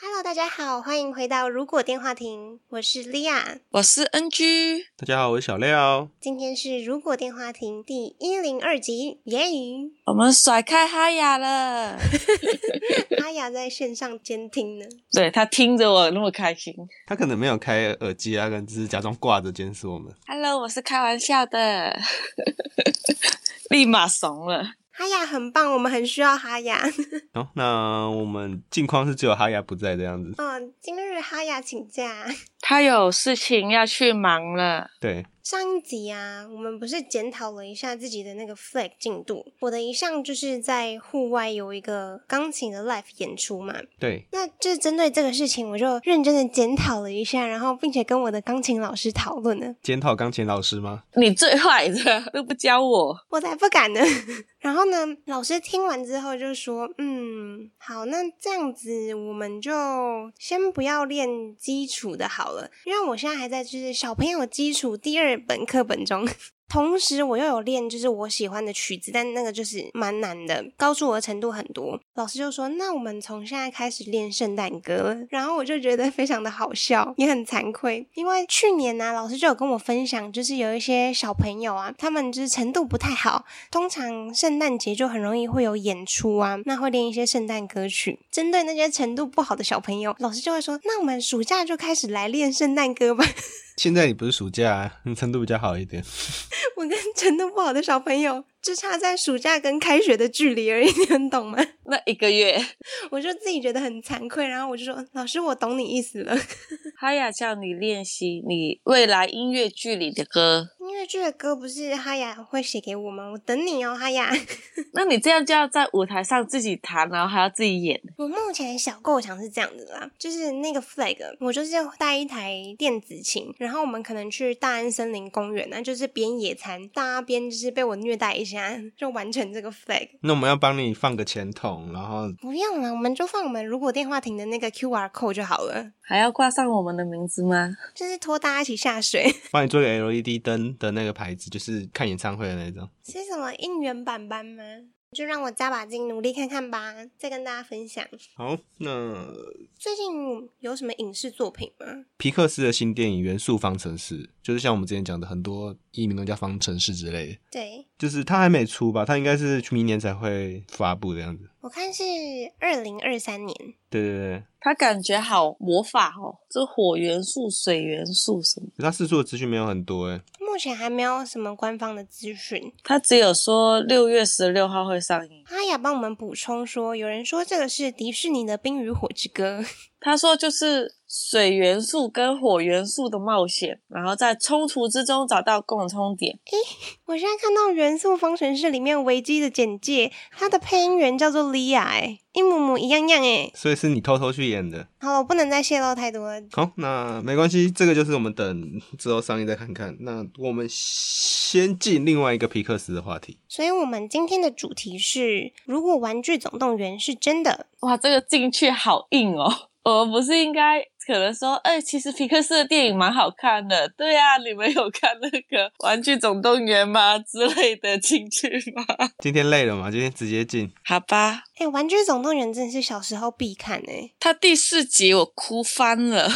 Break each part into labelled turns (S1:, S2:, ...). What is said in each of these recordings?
S1: Hello，大家好，欢迎回到如果电话亭，我是莉亚。
S2: 我是 NG，
S3: 大家好，我是小廖。
S1: 今天是如果电话亭第一零二集，耶！
S2: 我们甩开哈雅了。
S1: 阿雅在线上监听呢。
S2: 对他听着我那么开心
S3: 他可能没有开耳机啊，可能只是假装挂着监视我们。
S2: ，Hello，我是开玩笑的， 立马怂了。
S1: 哈雅很棒，我们很需要哈雅。
S3: 好、哦那我们近况是只有哈雅不在这样子。
S1: 嗯，今日哈雅请假。
S2: 他有事情要去忙了，
S3: 对，
S1: 上一集啊，我们不是检讨了一下自己的那个 flag 进度。我的一项就是在户外有一个钢琴的 live 演出嘛，
S3: 对，
S1: 那这针对这个事情，我就认真的检讨了一下，然后并且跟我的钢琴老师讨论了，
S3: 检讨钢琴老师吗？
S2: 你最坏的都不教我，
S1: 我才不敢呢。然后呢，老师听完之后就说：“嗯，好，那这样子我们就先不要练基础的好了，因为我现在还在就是小朋友基础第二本课本中。” 同时，我又有练，就是我喜欢的曲子，但那个就是蛮难的，高出我的程度很多。老师就说：“那我们从现在开始练圣诞歌了。”然后我就觉得非常的好笑，也很惭愧，因为去年呢、啊老师就有跟我分享，就是有一些小朋友啊，他们就是程度不太好，通常圣诞节就很容易会有演出啊，那会练一些圣诞歌曲。针对那些程度不好的小朋友，老师就会说：“那我们暑假就开始来练圣诞歌吧。”
S3: 现在你不是暑假、啊，你程度比较好一点。
S1: 我跟程度不好的小朋友，只差在暑假跟开学的距离而已，你们懂吗？
S2: 那一个月，
S1: 我就自己觉得很惭愧，然后我就说：“老师，我懂你意思了。
S2: 哈雅叫你练习你未来音乐剧里的歌，”
S1: 音乐剧的歌不是哈雅会写给我吗？我等你哦，哈雅。
S2: 那你这样就要在舞台上自己弹，然后还要自己演。
S1: 我目前小构想是这样子啦，就是那个 flag，我就是带一台电子琴，然后我们可能去大安森林公园，那就是边野餐，大家边就是被我虐待一下，就完成这个 flag。
S3: 那我们要帮你放个钱筒，然后
S1: 不用了，我们就放我们如果电话亭的那个 QR code 就好了，
S2: 还要挂上我们的名字吗？
S1: 就是拖大家一起下水。
S3: 帮你做个 LED 灯的那个牌子，就是看演唱会的那种。
S1: 是什么应援板板吗？就让我加把劲，努力看看吧，再跟大家分享。
S3: 好，那
S1: 最近有什么影视作品吗？
S3: 皮克斯的新电影《元素方程式》，就是像我们之前讲的很多艺名都叫方程式之类的，
S1: 对
S3: 就是它还没出吧，它应该是明年才会发布的样子。
S1: 我看是二零二三年，
S3: 对对对，
S2: 他感觉好魔法哦，这火元素、水元素什么，
S3: 可是它试出的资讯没有很多哎。
S1: 目前还没有什么官方的资讯。
S2: 他只有说六月十六号会上映。
S1: 阿雅帮我们补充说，有人说这个是迪士尼的《冰与火之歌》，
S2: 他说就是水元素跟火元素的冒险，然后在冲突之中找到共通点。
S1: 我现在看到《元素方程式》里面维基的简介，它的配音员叫做莉亚，哎，一模模一样样哎。
S3: 所以是你偷偷去演的。
S1: 好了，我不能再泄露太多了。
S3: 好，那没关系，这个就是我们等之后上映再看看。那我们先进另外一个皮克斯的话题。
S1: 所以我们今天的主题是：如果《玩具总动员》是真的，
S2: 哇，这个进去好硬哦！我们不是应该可能说，哎、其实皮克斯的电影蛮好看的，对啊，你们有看那个《玩具总动员》吗之类的进去吗？
S3: 今天累了嘛？今天直接进。
S2: 好吧，
S1: 哎、玩具总动员》真的是小时候必看哎、
S2: 他第四集我哭翻了。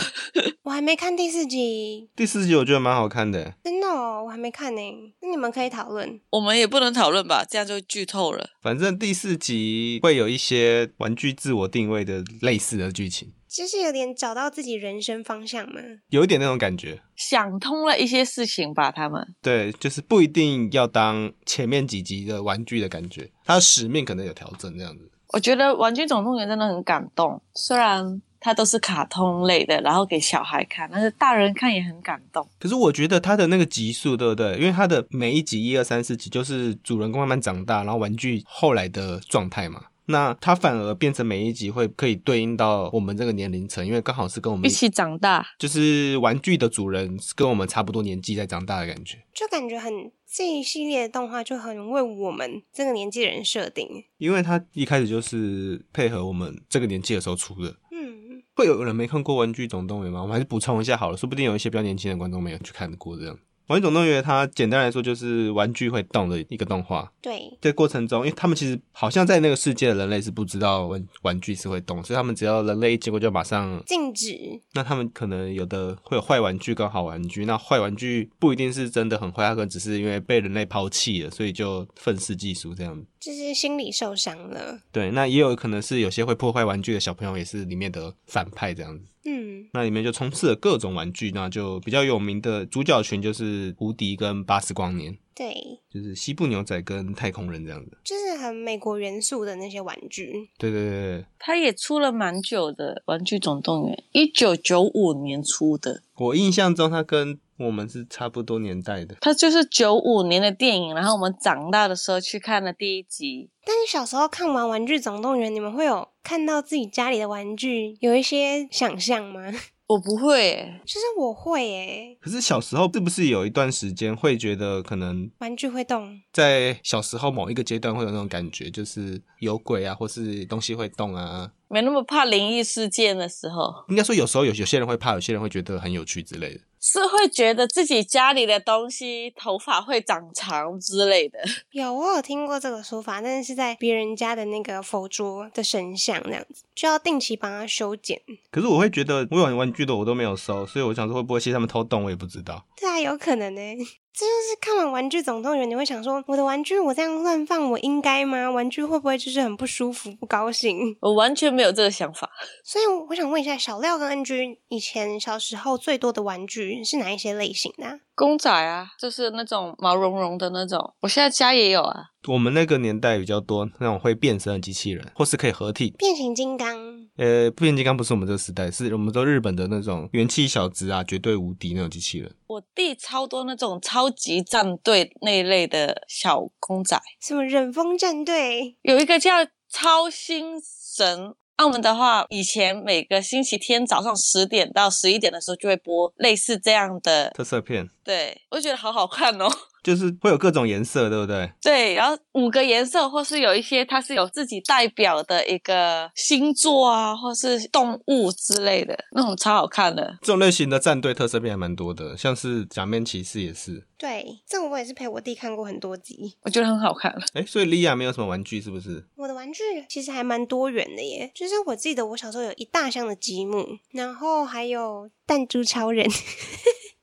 S1: 我还没看第四集，
S3: 第四集我觉得蛮好看的，欸
S1: 真的哦，我还没看呢、那你们可以讨论。
S2: 我们也不能讨论吧，这样就剧透了。
S3: 反正第四集会有一些玩具自我定位的类似的剧情，
S1: 就是有点找到自己人生方向嘛。
S3: 有一点那种感觉。
S2: 想通了一些事情吧，他们
S3: 对，就是不一定要当前面几集的玩具的感觉，它的使命可能有调整这样子。
S2: 我觉得《玩具总动员》真的很感动，虽然它都是卡通类的，然后给小孩看，但是大人看也很感动。
S3: 可是我觉得它的那个集数，对不对？因为它的每一集一二三四集就是主人公慢慢长大，然后玩具后来的状态嘛。那它反而变成每一集会可以对应到我们这个年龄层，因为刚好是跟我
S2: 嗯
S3: 们
S2: 一起长大。
S3: 就是玩具的主人是跟我们差不多年纪在长大的感觉。
S1: 就感觉很这一系列的动画就很为我们这个年纪人设定。
S3: 因为它一开始就是配合我们这个年纪的时候出的。
S1: 嗯，
S3: 会有人没看过《玩具总动员》吗？我们还是补充一下好了，说不定有一些比较年轻的观众没有去看过这样。《玩具总动员》它简单来说就是玩具会动的一个动画，
S1: 对，
S3: 在过程中，因为他们其实好像在那个世界的人类是不知道玩玩具是会动，所以他们只要人类一经过就马上，
S1: 禁止。
S3: 那他们可能有的会有坏玩具跟好玩具，那坏玩具不一定是真的很坏，它可能只是因为被人类抛弃了，所以就愤世嫉俗这样。
S1: 就是心理受伤了，
S3: 对，那也有可能是有些会破坏玩具的小朋友也是里面的反派这样子。
S1: 嗯，
S3: 那里面就充斥了各种玩具，那就比较有名的主角群就是无敌跟巴斯光年，
S1: 对，
S3: 就是西部牛仔跟太空人这样子。
S1: 就是很美国元素的那些玩具，
S3: 对对对对，
S2: 它也出了蛮久的，《玩具总动员》一九九五年出的，
S3: 我印象中他跟我们是差不多年代的。
S2: 它就是九五年的电影，然后我们长大的时候去看了第一集，
S1: 但是小时候看完《玩具总动员》，你们会有看到自己家里的玩具有一些想象吗？
S2: 我不会耶，
S1: 就是我会耶、
S3: 可是小时候是不是有一段时间会觉得，可能
S1: 玩具会动，
S3: 在小时候某一个阶段会有那种感觉，就是有鬼啊，或是东西会动啊？
S2: 没那么怕灵异事件的时候，
S3: 应该说有时候有有些人会怕，有些人会觉得很有趣之类的。
S2: 是会觉得自己家里的东西头发会长长之类的。
S1: 有我有听过这个说法，但是是在别人家的那个佛桌的神像那样子，就要定期帮它修剪。
S3: 可是我会觉得，我有玩具的我都没有收，所以我想说会不会其实他们偷动，我也不知道。
S1: 对啊，有可能呢、 这就是看完《玩具总动员》，你会想说，我的玩具我这样乱放，我应该吗？玩具会不会就是很不舒服、不高兴？
S2: 我完全没有这个想法。
S1: 所以我想问一下，小廖跟 NG 以前小时候最多的玩具是哪一些类型的、啊？
S2: 公仔啊，就是那种毛茸茸的那种，我现在家也有啊。
S3: 我们那个年代比较多那种会变身的机器人，或是可以合体。
S1: 变形金刚，
S3: 呃，变形金刚不是我们这个时代，是我们都日本的那种元气小子啊，绝对无敌那种机器人。
S2: 我弟超多那种超级战队那一类的小公仔，
S1: 什么忍风战队，
S2: 有一个叫超新神。澳门的话，以前每个星期天早上十点到十一点的时候就会播类似这样的，
S3: 特色片
S2: 对我就觉得好好看哦。
S3: 就是会有各种颜色，对不对？
S2: 对，然后五个颜色，或是有一些它是有自己代表的一个星座啊，或是动物之类的，那种超好看的。
S3: 这种类型的战队特色片还蛮多的，像是假面骑士也是。
S1: 对，这个我也是陪我弟看过很多集。
S2: 我觉得很好看。
S3: 哎，所以莉亚没有什么玩具，是不是？
S1: 我的玩具其实还蛮多元的耶，就是我记得我小时候有一大箱的积木，然后还有弹珠超人，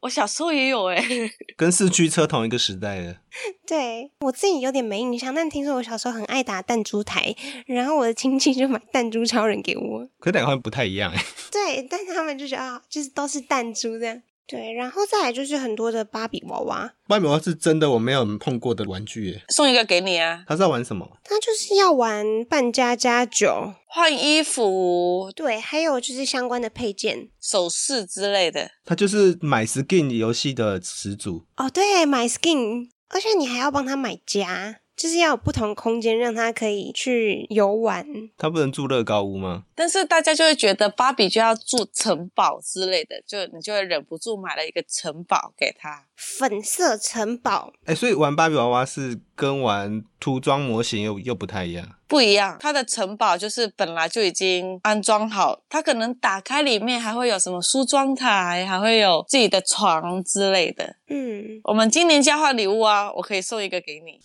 S2: 我小时候也有哎、
S3: 跟四驱车同一个时代的。
S1: 对我自己有点没印象，但听说我小时候很爱打弹珠台，然后我的亲戚就买弹珠超人给我，
S3: 可是两个好像不太一样 哎。
S1: 对，但他们就觉得啊，就是都是弹珠这样。对，然后再来就是很多的芭比娃娃，
S3: 芭比娃娃是真的我没有碰过的玩具耶，
S2: 送一个给你啊，
S3: 他是在玩什么？
S1: 它就是要玩扮家家酒，
S2: 换衣服、
S1: 对，还有就是相关的配件。
S2: 首饰之类的。
S3: 他就是买 skin 游戏的始祖。
S1: 哦，对，买 skin，而且你还要帮他买家，就是要有不同空间让他可以去游玩。
S3: 他不能住乐高屋吗？
S2: 但是大家就会觉得芭比就要住城堡之类的，就你就会忍不住买了一个城堡给她。
S1: 粉色城堡，
S3: 哎，所以玩芭比娃娃是跟玩涂装模型又又不太一样。
S2: 不一样，它的城堡就是本来就已经安装好，它可能打开里面还会有什么梳妆台，还会有自己的床之类的。
S1: 嗯，
S2: 我们今年交换礼物啊，我可以送一个给你。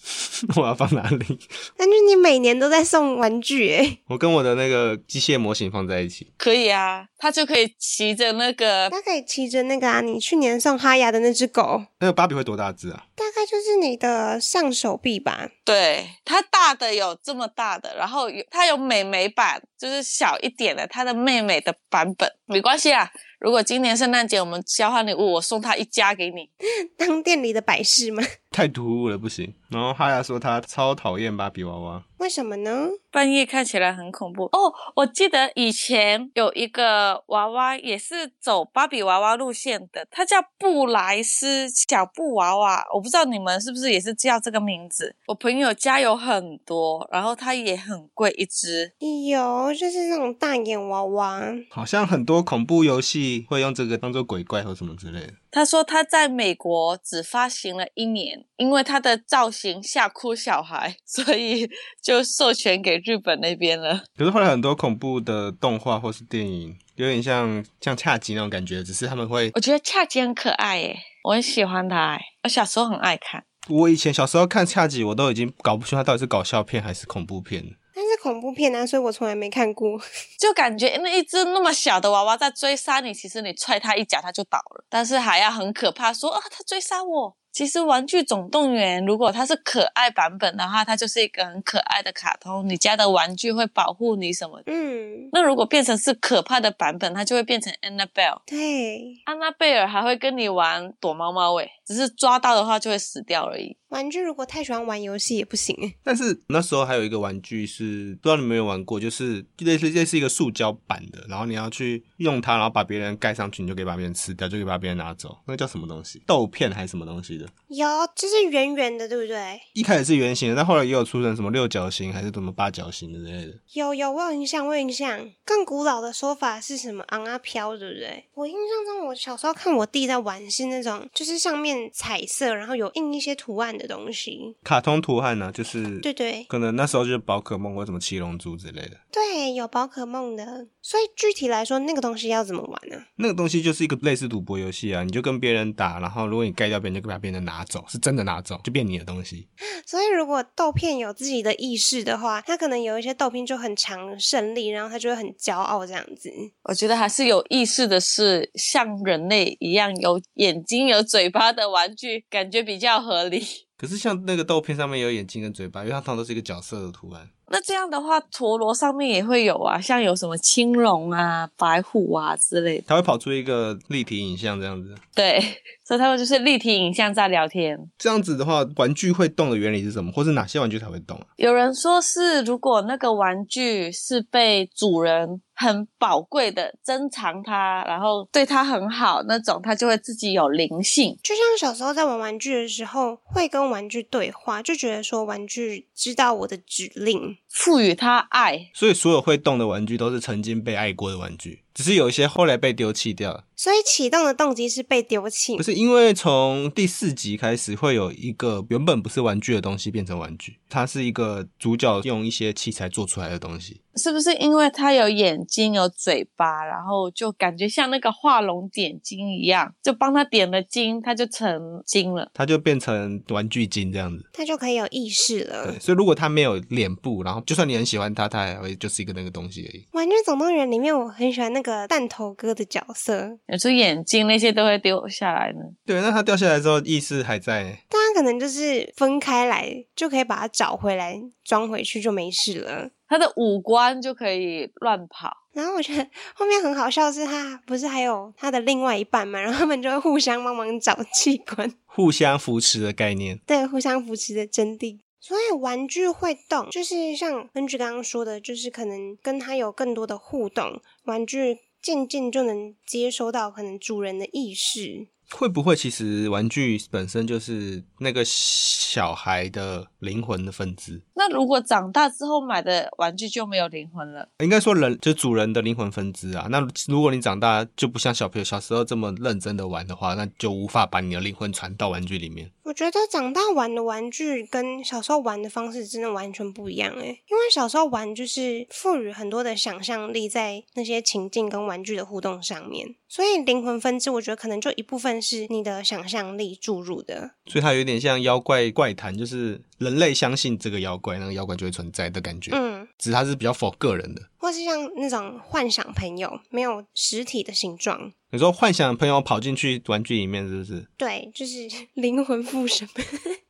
S3: 我要放哪里？
S1: 但是你每年都在送玩具欸诶，
S3: 我跟我的那个机械模型放在一起。
S2: 可以啊，他就可以骑着那个，
S1: 大概骑着那个啊，你去年送哈雅的那只狗，
S3: 那个芭比会多大只啊？
S1: 大概就是你的上手臂吧。
S2: 对，它大的有这么大的，然后有它有美美版，就是小一点的，它的妹妹的版本，没关系啊。如果今年圣诞节我们交换礼物，我送她一家给你，
S1: 当店里的摆饰吗？
S3: 太突兀了，不行。然后哈雅说他超讨厌芭比娃娃，
S1: 为什么呢？
S2: 半夜看起来很恐怖哦。我记得以前有一个娃娃也是走芭比娃娃路线的，它叫布莱斯小布娃娃，我不知道你们是不是也是叫这个名字。我朋友家有很多，然后它也很贵一只。
S1: 有，就是那种大眼娃娃，
S3: 好像很多恐怖游戏会用这个当做鬼怪或什么之类的。
S2: 他说他在美国只发行了一年，因为他的造型吓哭小孩，所以 就授权给日本那边了。
S3: 可是后来很多恐怖的动画或是电影，有点像像恰吉那种感觉，只是他们会。
S2: 我觉得恰吉很可爱耶，我很喜欢他耶，我小时候很爱看。
S3: 我以前小时候看恰吉，我都已经搞不清他到底是搞笑片还是恐怖片。
S1: 但是恐怖片啊，所以我从来没看过。
S2: 就感觉那一只那么小的娃娃在追杀你，其实你踹它一脚它就倒了，但是还要很可怕说啊它追杀我。其实《玩具总动员》如果它是可爱版本的话，它就是一个很可爱的卡通，你家的玩具会保护你什么的。
S1: 嗯，
S2: 那如果变成是可怕的版本，它就会变成 Annabelle。
S1: 对，
S2: 安娜贝尔还会跟你玩躲猫猫诶，只是抓到的话就会死掉而已。
S1: 玩具如果太喜欢玩游戏也不行。
S3: 但是那时候还有一个玩具是不知道你们有没有玩过，就是类似类似一个塑胶板的，然后你要去用它，然后把别人盖上去，你就可以把别人吃掉，就可以把别人拿走。那个叫什么东西？豆片还是什么东西的？
S1: 有，就是圆圆的，对不对？
S3: 一开始是圆形的，但后来也有出成什么六角形还是什么八角形的之类的。
S1: 有有，我有印象，我有印象。更古老的说法是什么？昂啊飘，对不对？我印象中，我小时候看我弟在玩是那种，就是上面彩色，然后有印一些图案的东西。
S3: 卡通图案呢、就是
S1: 对对
S3: 可能那时候就是宝可梦或什么七龙珠之类的。
S1: 对，有宝可梦的。所以具体来说，那个东西要怎么玩呢、
S3: 那个东西就是一个类似赌博游戏啊，你就跟别人打，然后如果你盖掉别人，就把别人拿走，是真的拿走，就变你的东西。
S1: 所以如果豆片有自己的意识的话，他可能有一些豆片就很常胜利，然后他就会很骄傲这样子。
S2: 我觉得还是有意识的是，像人类一样有眼睛、有嘴巴的玩具，感觉比较合理。
S3: 可是像那个豆片上面有眼睛跟嘴巴，因为它通常都是一个角色的图案。
S2: 那这样的话，陀螺上面也会有啊，像有什么青龙啊、白虎啊之类的。
S3: 它会跑出一个立体影像这样子。
S2: 对，所以他们就是立体影像在聊天。
S3: 这样子的话，玩具会动的原理是什么？或是哪些玩具才会动啊？
S2: 有人说是，如果那个玩具是被主人很宝贵的珍藏它，然后对它很好那种，它就会自己有灵性。
S1: 就像小时候在玩玩具的时候，会跟玩具对话，就觉得说玩具知道我的指令。
S2: 赋予它爱，
S3: 所以所有会动的玩具都是曾经被爱过的玩具，只是有一些后来被丢弃掉了。
S1: 所以启动的动机是被丢弃
S3: 不。是因为从第四集开始会有一个原本不是玩具的东西变成玩具，它是一个主角用一些器材做出来的东西。
S2: 是不是因为它有眼睛、有嘴巴，然后就感觉像那个画龙点睛一样，就帮它点了睛，它就成精了。
S3: 它就变成玩具精这样子。
S1: 他就可以有意识了
S3: 对，。所以如果它没有脸部，然后就算你很喜欢它，它还会就是一个那个东西而已。
S1: 玩具总动员里面，我很喜欢那个弹头哥的角色，
S2: 有时候眼睛那些都会丢下来呢。
S3: 对，那它掉下来之后意识还在，
S1: 大家可能就是分开来就可以把它找回来，装回去就没事了。
S2: 它的五官就可以乱跑，
S1: 然后我觉得后面很好笑的是，他不是还有他的另外一半嘛，然后他们就会互相帮忙找器官，
S3: 互相扶持的概念。
S1: 对，互相扶持的真谛。所以玩具会动，就是像根据刚刚说的，就是可能跟他有更多的互动，玩具渐渐就能接收到可能主人的意识。
S3: 会不会其实玩具本身就是那个小孩的灵魂的分支？
S2: 那如果长大之后买的玩具就没有灵魂了。
S3: 应该说人就是主人的灵魂分支啊。那如果你长大就不像小朋友小时候这么认真的玩的话，那就无法把你的灵魂传到玩具里面。
S1: 我觉得长大玩的玩具跟小时候玩的方式真的完全不一样诶，因为小时候玩就是赋予很多的想象力在那些情境跟玩具的互动上面，所以灵魂分支我觉得可能就一部分是你的想象力注入的，
S3: 所以它有点像妖怪怪谈，就是人类相信这个妖怪，那个妖怪就会存在的感觉。
S1: 嗯，
S3: 只是它是比较否个人的。
S1: 或是像那种幻想朋友没有实体的形状，
S3: 你说幻想的朋友跑进去玩具里面是不是？
S1: 对，就是灵魂附身。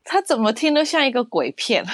S2: 它怎么听都像一个鬼片。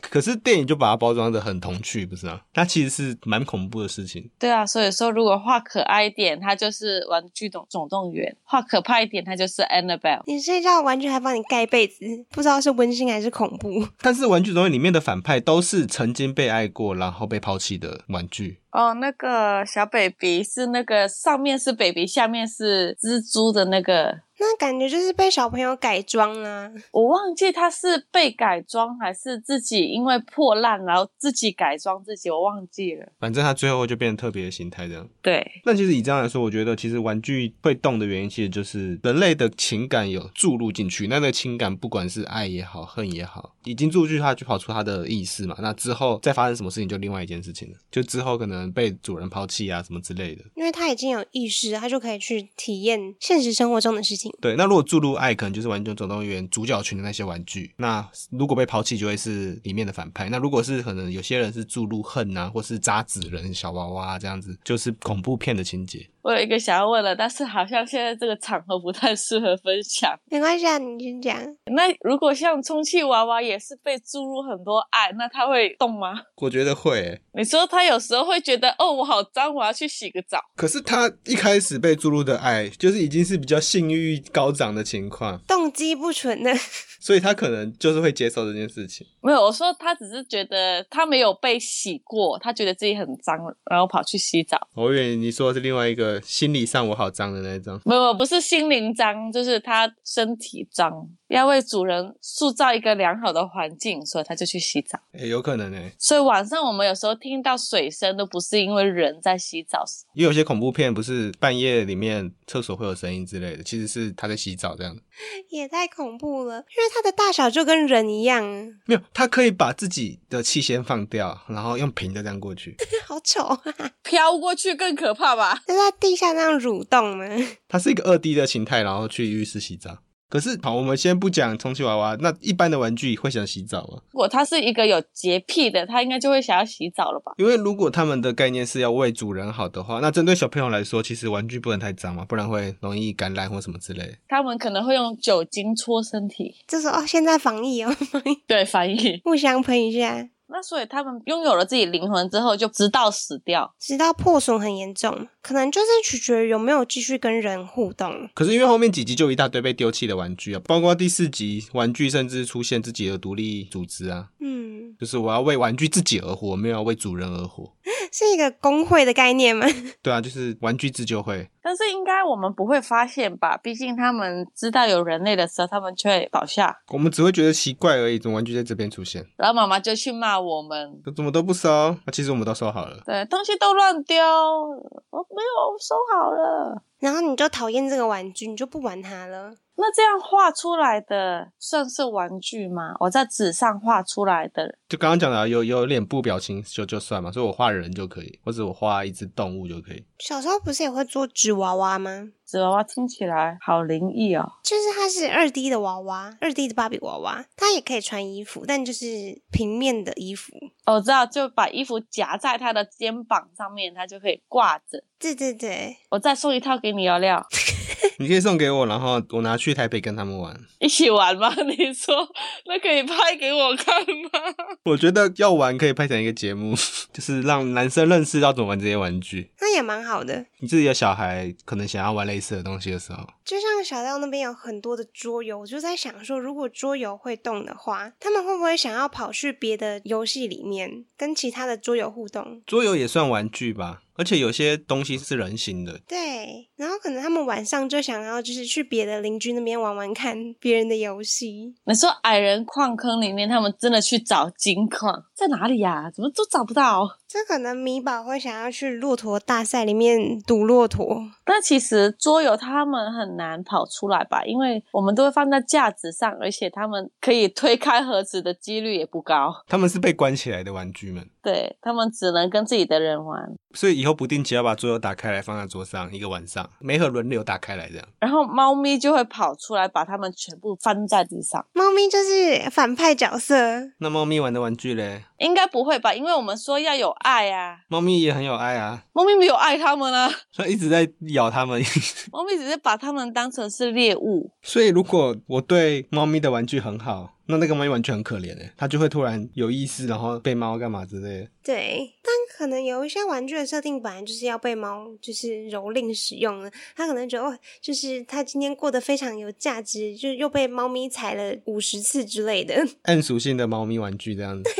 S3: 可是电影就把它包装的很童趣，不是吗？它其实是蛮恐怖的事情。
S2: 对啊，所以说如果画可爱一点，它就是《玩具总总动员》；画可怕一点，它就是《Annabelle》。
S1: 你睡觉完全还帮你盖被子，不知道是温馨还是恐怖。
S3: 但是《玩具总动员》里面的反派都是曾经被爱过，然后被抛弃的玩具。
S2: 哦，那个小 baby 是那个上面是 baby，下面是蜘蛛的那个，
S1: 那感觉就是被小朋友改装啊，
S2: 我忘记它是被改装还是自己因为破烂然后自己改装自己，我忘记了。
S3: 反正他最后就变成特别的形态这样。
S2: 对，
S3: 那其实以这样来说，我觉得其实玩具会动的原因，其实就是人类的情感有注入进去。那那个情感不管是爱也好，恨也好，已经注入进去，它就跑出它的意识嘛。那之后再发生什么事情，就另外一件事情了。就之后可能被主人抛弃啊，什么之类的。
S1: 因为他已经有意识，他就可以去体验现实生活中的事情。
S3: 对，那如果注入爱，可能就是《玩具总动员》主角群的那些玩具。那如果被抛弃，就会是里面的反派。那如果是可能有些人是注入恨啊，或是渣子人、小娃娃、这样子，就是恐怖片的情节。
S2: 我有一个想要问了，但是好像现在这个场合不太适合分享。
S1: 没关系啊，你先讲。
S2: 那如果像充气娃娃也是被注入很多爱，那它会动吗？
S3: 我觉得会欸、
S2: 你说它有时候会觉得哦，我好脏，我要去洗个澡。
S3: 可是他一开始被注入的爱，就是已经是比较性欲高涨的情况，
S1: 动机不纯的，
S3: 所以他可能就是会接受这件事情。
S2: 没有，我说他只是觉得他没有被洗过，他觉得自己很脏，然后跑去洗澡。
S3: 我以为你说的是另外一个心理上我好脏的那一种。
S2: 没有，不是心灵脏，就是他身体脏，要为主人塑造一个良好的环境，所以他就去洗澡。
S3: 诶、有可能诶、
S2: 所以晚上我们有时候听到水声，都不是因为人在洗澡，
S3: 因为有些恐怖片不是半夜里面厕所会有声音之类的，其实是他在洗澡这样的。
S1: 也太恐怖了。因为它的大小就跟人一样，啊
S3: 没有，他可以把自己的气先放掉，然后用平的这样过去。
S1: 好丑啊！
S2: 飘过去更可怕吧？
S1: 就在地下那样蠕动呢。
S3: 它是一个二 D 的形态，然后去浴室洗澡。可是好，我们先不讲充气娃娃，那一般的玩具会想洗澡吗？
S2: 如果他是一个有洁癖的，他应该就会想要洗澡了吧？
S3: 因为如果他们的概念是要为主人好的话，那针对小朋友来说，其实玩具不能太脏嘛，不然会容易感染或什么之类的。
S2: 他们可能会用酒精搓身体，
S1: 就说哦，现在防疫哦，
S2: 对，翻译。
S1: 互相喷一下，
S2: 那所以他们拥有了自己灵魂之后，就直到死掉。
S1: 直到破损很严重，可能就是取决于有没有继续跟人互动。
S3: 可是因为后面几集就一大堆被丢弃的玩具啊，包括第四集玩具甚至出现自己的独立组织啊，
S1: 嗯，
S3: 就是我要为玩具自己而活，没有要为主人而活。
S1: 是一个工会的概念吗？
S3: 对啊， 就是玩具自救会。
S2: 但是应该我们不会发现吧？毕竟他们知道有人类的时候，他们却会倒下。
S3: 我们只会觉得奇怪而已，怎么玩具在这边出现？
S2: 然后妈妈就去骂我们，
S3: 怎么都不收？那其实我们都收好了。
S2: 对，东西都乱丢，我没有收好了。
S1: 然后你就讨厌这个玩具，你就不玩它了。
S2: 那这样画出来的算是玩具吗？我在纸上画出来的，
S3: 就刚刚讲的啊、有有脸部表情就就算嘛，所以我画人就可以，或者我画一只动物就可以。
S1: 小时候不是也会做纸娃娃吗？
S2: 纸娃娃听起来好灵异哦。
S1: 就是它是二 D 的娃娃，二 D 的芭比娃娃，它也可以穿衣服，但就是平面的衣服。
S2: 哦我知道，就把衣服夹在他的肩膀上面，他就可以挂着。
S1: 对对对，
S2: 我再送一套给你哦，料，
S3: 你可以送给我，然后我拿去台北跟他们玩。
S2: 一起玩吗？你说那可以拍给我看吗？
S3: 我觉得要玩可以拍成一个节目， 就是让男生认识到怎么玩这些玩具。
S1: 那也蛮好的。
S3: 你自己的小孩可能想要玩类似的东西的时候，
S1: 就像小廖那边有很多的桌游，我就在想说，如果桌游会动的话，他们会不会想要跑去别的游戏里面跟其他的桌游互动？
S3: 桌游也算玩具吧，而且有些东西是人形的。
S1: 对，然后可能他们晚上就想要就是去别的邻居那边玩玩看别人的游戏，
S2: 你说矮人矿坑里面，他们真的去找金矿在哪里呀、怎么都找不到？
S1: 这可能米宝会想要去骆驼大赛里面赌骆驼，
S2: 但其实桌游他们很难跑出来吧，因为我们都会放在架子上，而且他们可以推开盒子的几率也不高。
S3: 他们是被关起来的玩具们，
S2: 对他们只能跟自己的人玩。
S3: 所以以后不定期要把桌游打开来放在桌上一个晚上，每盒轮流打开来这样。
S2: 然后猫咪就会跑出来，把它们全部翻在地上。
S1: 猫咪就是反派角色，
S3: 那猫咪玩的玩具嘞？
S2: 应该不会吧？因为我们说要有爱啊，
S3: 猫咪也很有爱啊，
S2: 猫咪没有爱它们啊，
S3: 所以一直在咬它们。
S2: 猫咪只是把它们当成是猎物。
S3: 所以如果我对猫咪的玩具很好，那那个猫咪完全很可怜诶，它就会突然有意识，然后被猫干嘛之类的。
S1: 对，但可能有一些玩具的设定本来就是要被猫就是蹂躏使用的，它可能觉得哦，就是它今天过得非常有价值，就是又被猫咪踩了五十次之类的。
S3: 暗属性的猫咪玩具这样子。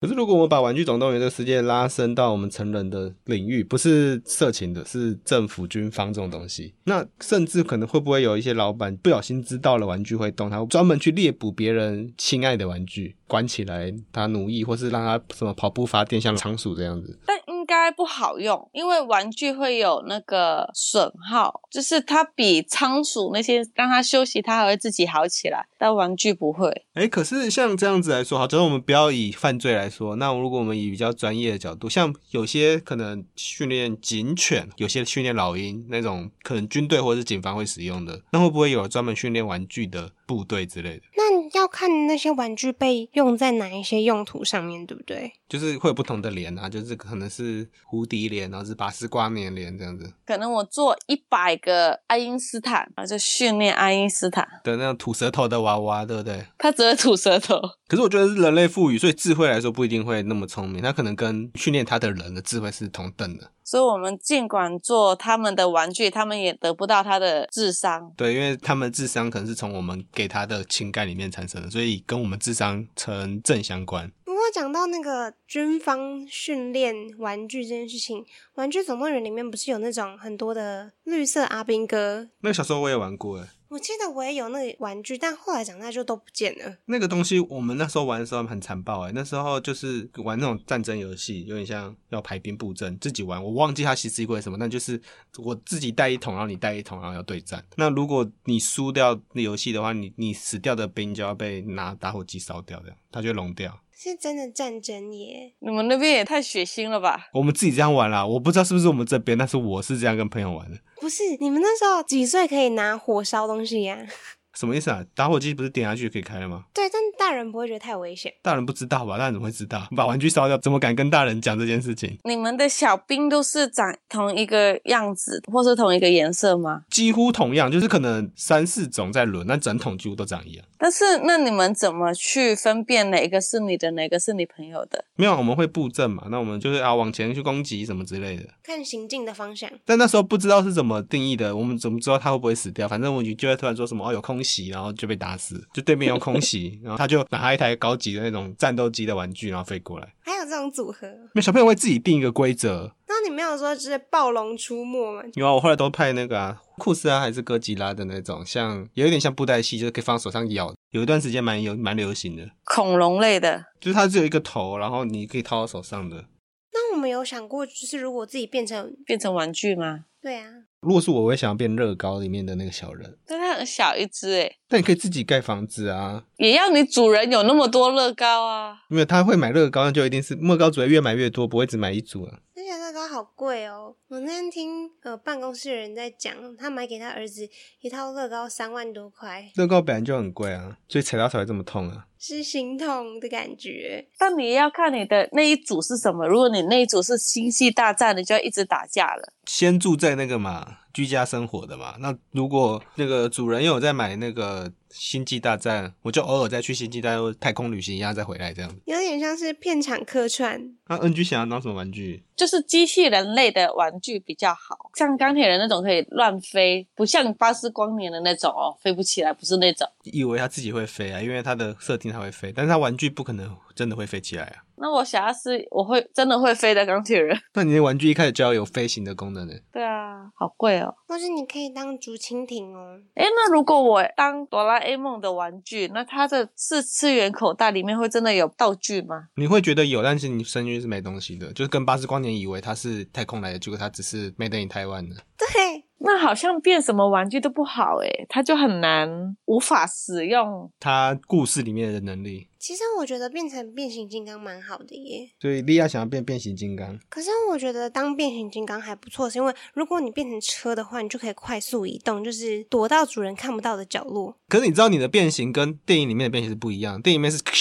S3: 可是如果我们把《玩具总动员》这个世界拉伸到我们成人的领域，不是色情的，是政府、军方这种东西，那甚至可能会不会有一些老板不小心知道了玩具会动，他会专门去猎捕别人心爱的玩具，关起来他奴役，或是让他什么跑步发电，像仓鼠这样子。
S2: 但应该不好用，因为玩具会有那个损耗，就是它比仓鼠那些让它休息，它还会自己好起来，但玩具不会。
S3: 哎，可是像这样子来说，好，假如我们不要以犯罪来说，那如果我们以比较专业的角度，像有些可能训练警犬，有些训练老鹰那种，可能军队或者是警方会使用的，那会不会有专门训练玩具的部队之类的？
S1: 那要看那些玩具被用在哪一些用途上面，对不对？
S3: 就是会有不同的脸啊，就是可能是蝴蝶脸，然后是拔丝瓜棉脸这样子
S2: 可能我做一百个爱因斯坦，然后就训练爱因斯坦，
S3: 的那种吐舌头的娃娃，对不对？
S2: 它只会吐舌头。
S3: 可是我觉得是人类赋予，所以智慧来说不一定会那么聪明，它可能跟训练它的人的智慧是同等的。
S2: 所以我们尽管做他们的玩具，他们也得不到他的智商。
S3: 对，因为他们智商可能是从我们给他的情感里面产生的，所以跟我们智商成正相关。
S1: 不过讲到那个军方训练玩具这件事情，《玩具总动员》里面不是有那种很多的绿色阿兵哥？
S3: 那个小时候我也玩过，诶，欸
S1: 我记得我也有那个玩具，但后来长大就都不见了。
S3: 那个东西我们那时候玩的时候很残暴，诶，欸那时候就是玩那种战争游戏，有点像要排兵布阵，自己玩。我忘记它其实是为什么，但就是我自己带一桶，然后你带一桶，然后要对战。那如果你输掉那游戏的话，你你死掉的兵就要被拿打火机烧掉，这样它就会融掉。
S1: 是真的战争耶！
S2: 你们那边也太血腥了吧？
S3: 我们自己这样玩啦，我不知道是不是我们这边，但是我是这样跟朋友玩的。
S1: 不是你们那时候几岁可以拿火烧东西呀、
S3: 什么意思啊？打火机不是点下去就可以开了吗？
S1: 对，但大人不会觉得太危险。
S3: 大人不知道吧？大人怎么会知道？ 把玩具烧掉，怎么敢跟大人讲这件事情？
S2: 你们的小兵都是长同一个样子，或是同一个颜色吗？
S3: 几乎同样，就是可能三四种在轮，但整桶几乎都长一样。
S2: 但是那你们怎么去分辨哪个是你的，哪个是你朋友的？
S3: 没有，我们会布阵嘛，那我们就是啊往前去攻击什么之类的。
S1: 看行进的方向，
S3: 但那时候不知道是怎么定义的，我们怎么知道他会不会死掉？反正我就就会突然说什么哦有空袭，然后就被打死，就对面有空袭， 然后他就拿一台高级的那种战斗机的玩具，然后飞过来。
S1: 还有这种组合。
S3: 那小朋友会自己定一个规则，
S1: 那你没有说就是暴龙出没吗？
S3: 有啊，我后来都派那个啊，库斯拉还是哥吉拉的那种，像有一点像布袋戏，就是可以放手上咬。有一段时间蛮有蛮流行的，
S2: 恐龙类的，
S3: 就是它只有一个头，然后你可以掏到手上的。
S1: 那我们有想过，就是如果自己变成
S2: 变成玩具吗？
S1: 对啊，
S3: 如果是我，我会想要变乐高里面的那个小人。
S2: 但它很小一只欸诶，
S3: 但你可以自己盖房子啊，
S2: 也要你主人有那么多乐高啊。
S3: 因为他会买乐高，那就一定是乐高只会越买越多，不会只买一组啊。
S1: 而且乐高好贵哦。我那天听呃办公室的人在讲，他买给他儿子一套乐高三万多块，
S3: 乐高本来就很贵啊，所以踩到才会这么痛啊。
S1: 是心痛的感觉。
S2: 但你也要看你的那一组是什么。如果你那一组是星系大战，你就要一直打架了。
S3: 先住在那个嘛居家生活的嘛。那如果那个主人有在买那个《星际大战》，我就偶尔再去《星际大战》太空旅行一下再回来这样子。
S1: 有点像是片场客串，
S3: 那 NG 想要当什么玩具？
S2: 就是机器人类的玩具比较好，像钢铁人那种可以乱飞，不像巴斯光年的那种哦，飞不起来，不是那种。
S3: 以为它自己会飞啊，因为它的设定它会飞，但是它玩具不可能真的会飞起来啊。
S2: 那我想要是我会真的会飞的钢铁人。
S3: 那你的玩具一开始就要有飞行的功能呢？
S2: 对啊，好贵哦。
S1: 或是你可以当竹蜻蜓哦。
S2: 诶，那如果我当哆啦 A 梦的玩具，那它的四次元口袋里面会真的有道具吗？
S3: 你会觉得有，但是你身边是没东西的，就是跟巴斯光年以为它是太空来的，结果它只是 Made in Taiwan 的。
S1: 对，
S2: 那好像变什么玩具都不好诶，它就很难无法使用。
S3: 它故事里面的能力，
S1: 其实我觉得变成变形金刚蛮好的耶。
S3: 所以莉亚想要变变形金刚，
S1: 可是我觉得当变形金刚还不错，是因为如果你变成车的话，你就可以快速移动，就是躲到主人看不到的角落。
S3: 可是你知道你的变形跟电影里面的变形是不一样，电影里面是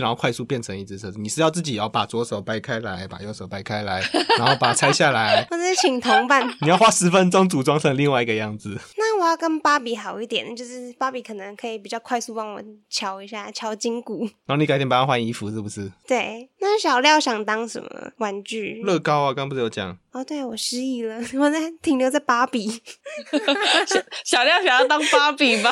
S3: 然后快速变成一只车子，你是要自己要把左手掰开来，把右手掰开来，然后把它拆下来，
S1: 或者是请同
S3: ，
S1: 伴
S3: 你要花十分钟组装成另外一个样子。
S1: 那我要跟芭比好一点，就是芭比可能可以比较快速帮我敲一下敲筋骨。
S3: 然后你改天把它换衣服，是不是？
S1: 对，那小廖想当什么玩具？
S3: 乐高啊，刚不是有讲，
S1: 哦，对，我失忆了，我在停留在芭比。
S2: 小小亮想要当芭比吧？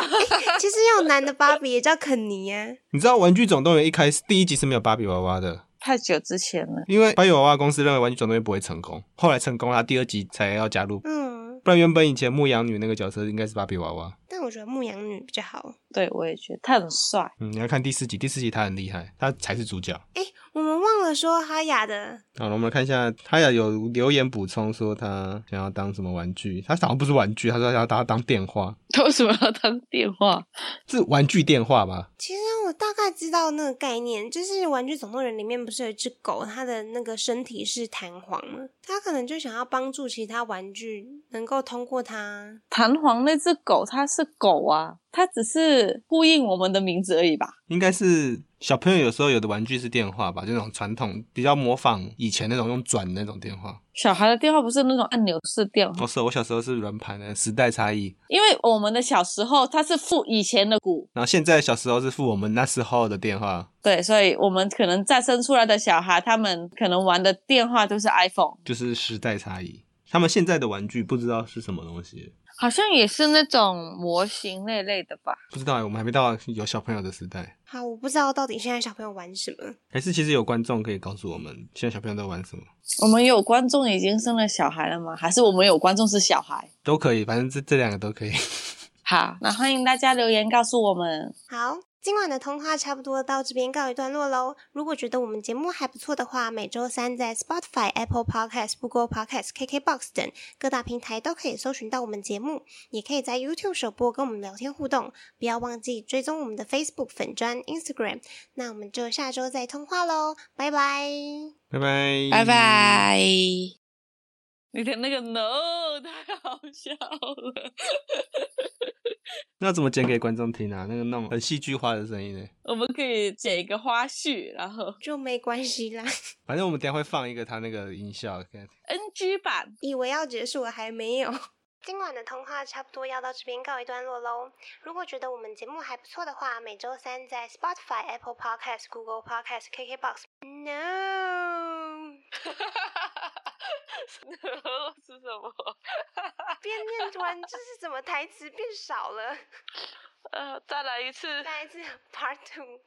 S1: 其实有男的芭比也叫肯尼啊，
S3: 你知道《玩具总动员》一开始第一集是没有芭比娃娃的，
S2: 太久之前了，
S3: 因为芭比娃娃公司认为《玩具总动员》不会成功，后来成功了，他第二集才要加入，
S1: 嗯，
S3: 不然原本以前牧羊女那个角色应该是芭比娃娃。
S1: 但我觉得牧羊女比较好。
S2: 对我也觉得他很帅，
S3: 嗯，你要看第四集，第四集他很厉害，他才是主角。
S1: 我们忘了说哈雅的，
S3: 好了，我们来看一下，他也有留言补充说他想要当什么玩具，他好像不是玩具，他说他要把它当电话，
S2: 他为什么要当电话？
S3: 是玩具电话吧？
S1: 其实我大概知道那个概念，就是《玩具总动员》里面不是有一只狗，它的那个身体是弹簧吗？它可能就想要帮助其他玩具能够通过它。
S2: 弹簧那只狗，它是狗啊，它只是呼应我们的名字而已吧？
S3: 应该是小朋友有时候有的玩具是电话吧，就那种传统比较模仿以前那种用转的那种电话。
S2: 小孩的电话不是那种按钮式电话，
S3: 哦，是我小时候是轮盘的时代差异，
S2: 因为我们的小时候它是付以前的股，
S3: 然后现在小时候是付我们那时候的电话，
S2: 对，所以我们可能再生出来的小孩，他们可能玩的电话都是 iPhone，
S3: 就是时代差异。他们现在的玩具不知道是什么东西，
S2: 好像也是那种模型那类的吧？
S3: 不知道欸我们还没到有小朋友的时代。
S1: 好，我不知道到底现在小朋友玩什么。
S3: 还是其实有观众可以告诉我们，现在小朋友都玩什么
S2: 我们有观众已经生了小孩了吗？还是我们有观众是小孩？
S3: 都可以，反正这这两个都可以。
S2: 好，那欢迎大家留言告诉我们。
S1: 好，今晚的通话差不多到这边告一段落喽。如果觉得我们节目还不错的话，每周三在 Spotify、Apple Podcast、Google Podcast、KKBox 等各大平台都可以搜寻到我们节目，也可以在 YouTube 首播跟我们聊天互动。不要忘记追踪我们的 Facebook 粉砖、Instagram。那我们就下周再通话喽，拜拜。
S3: 拜拜，
S2: 拜。拜。你的嗯那个 no 太好笑了，
S3: 那怎么剪给观众听啊？那个那种很戏剧化的声音呢？
S2: 我们可以剪一个花絮，然后
S1: 就没关系啦，
S3: 反正我们等一下会放一个他那个音效。看
S2: NG 版。
S1: 以为要结束了还没有。 今晚的通话差不多要到这边告一段落喽。如果觉得我们节目还不错的话，每周三在 Spotify、Apple Podcast、Google Podcast、KKBox。No，
S2: no 是什么？
S1: 变念完这是 怎么台词变少了？
S2: 呃，再来一次。
S1: 再一次 Part Two。